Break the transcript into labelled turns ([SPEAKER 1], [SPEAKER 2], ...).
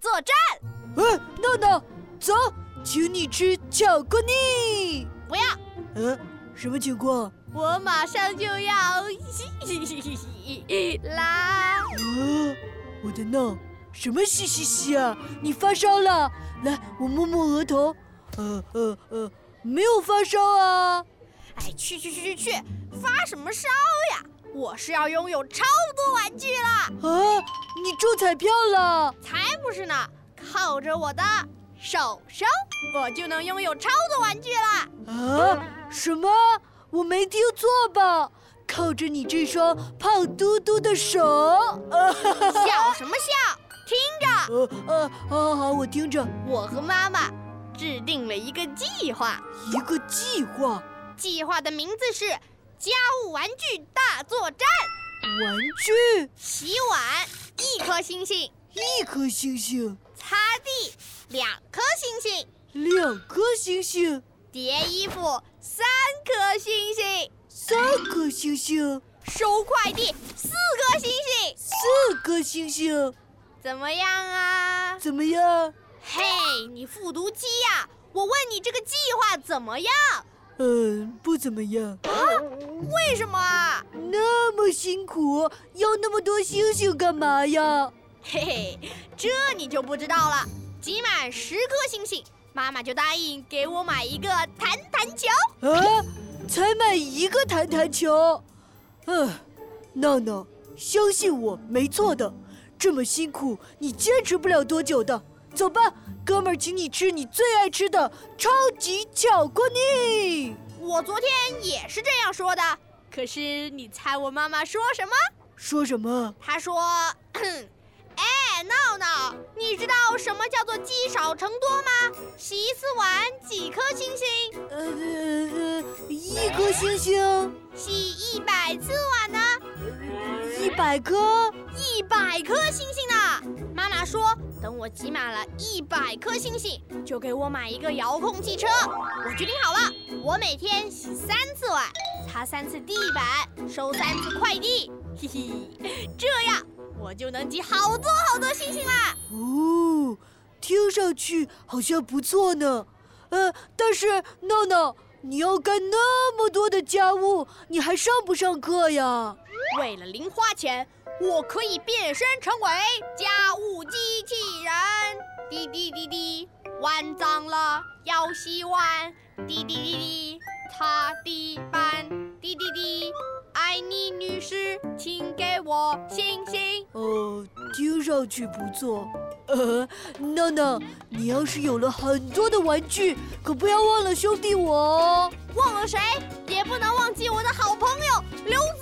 [SPEAKER 1] 作战。
[SPEAKER 2] 嗯、闹闹，走，请你吃巧克力。
[SPEAKER 1] 不要，
[SPEAKER 2] 嗯、什么情况？啊
[SPEAKER 1] 我马上就要啦！
[SPEAKER 2] 啊，我的闹，什么嘻嘻嘻啊？你发烧了？来，我摸摸额头。呃呃呃，没有发烧啊。
[SPEAKER 1] 哎，去去去去去，发什么烧呀？我是要拥有超多玩具了，
[SPEAKER 2] 啊，你中彩票了！
[SPEAKER 1] 才不是呢！靠着我的手手，我就能拥有超多玩具了。
[SPEAKER 2] 啊，什么？我没听错吧？靠着你这双胖嘟嘟的手，啊哈哈哈
[SPEAKER 1] 笑什么笑？听着，
[SPEAKER 2] 呃呃，好好好，我听着，
[SPEAKER 1] 我和妈妈制定了一个计划，
[SPEAKER 2] 一个计划，
[SPEAKER 1] 计划的名字是“家务玩具大作战
[SPEAKER 2] 玩具”。，
[SPEAKER 1] 洗碗一颗星星，
[SPEAKER 2] 一颗星星，
[SPEAKER 1] 擦地两颗星星，
[SPEAKER 2] 两颗星星，
[SPEAKER 1] 叠衣服三颗星星，
[SPEAKER 2] 三颗星星，
[SPEAKER 1] 收快递四颗星星。
[SPEAKER 2] 四颗星星，
[SPEAKER 1] 怎么样啊？
[SPEAKER 2] 怎么样？
[SPEAKER 1] 嘿，你复读机呀、我问你这个计划怎么样？啊
[SPEAKER 2] 嗯，不怎么样。
[SPEAKER 1] 为什么啊？
[SPEAKER 2] 那么辛苦，要那么多星星干嘛呀？
[SPEAKER 1] 嘿嘿，这你就不知道了。集满十颗星星，妈妈就答应给我买一个弹弹球。
[SPEAKER 2] 啊，才买一个弹弹球，啊，闹闹，相信我，没错的。这么辛苦，你坚持不了多久的。走吧，哥们儿，请你吃你最爱吃的超级巧克力。
[SPEAKER 1] 我昨天也是这样说的，可是你猜我妈妈说什么？
[SPEAKER 2] 说什么？
[SPEAKER 1] 她说：“ 哎，闹闹，你知道什么叫做积少成多吗？洗一次碗几颗星星？
[SPEAKER 2] 呃呃呃，一颗星星，
[SPEAKER 1] 洗一百次碗呢？”
[SPEAKER 2] 一百颗，
[SPEAKER 1] 一百颗星星呢！妈妈说，等我集满了一百颗星星，就给我买一个遥控汽车。我决定好了，我每天洗三次碗，擦三次地板，收三次快递。嘿嘿，这样我就能集好多好多星星啦！
[SPEAKER 2] 哦，听上去好像不错呢。呃，但是闹闹，你要干那么多的家务，你还上不上课呀？
[SPEAKER 1] 为了零花钱，我可以变身成为家务机器人。滴滴滴滴，碗脏了要洗碗。滴滴滴滴，擦地板。滴滴滴，爱你女士，请给我星星。
[SPEAKER 2] 哦，听上去不错。呃，闹闹，你要是有了很多的玩具，可不要忘了兄弟我哦。
[SPEAKER 1] 忘了谁，也不能忘记我的好朋友刘子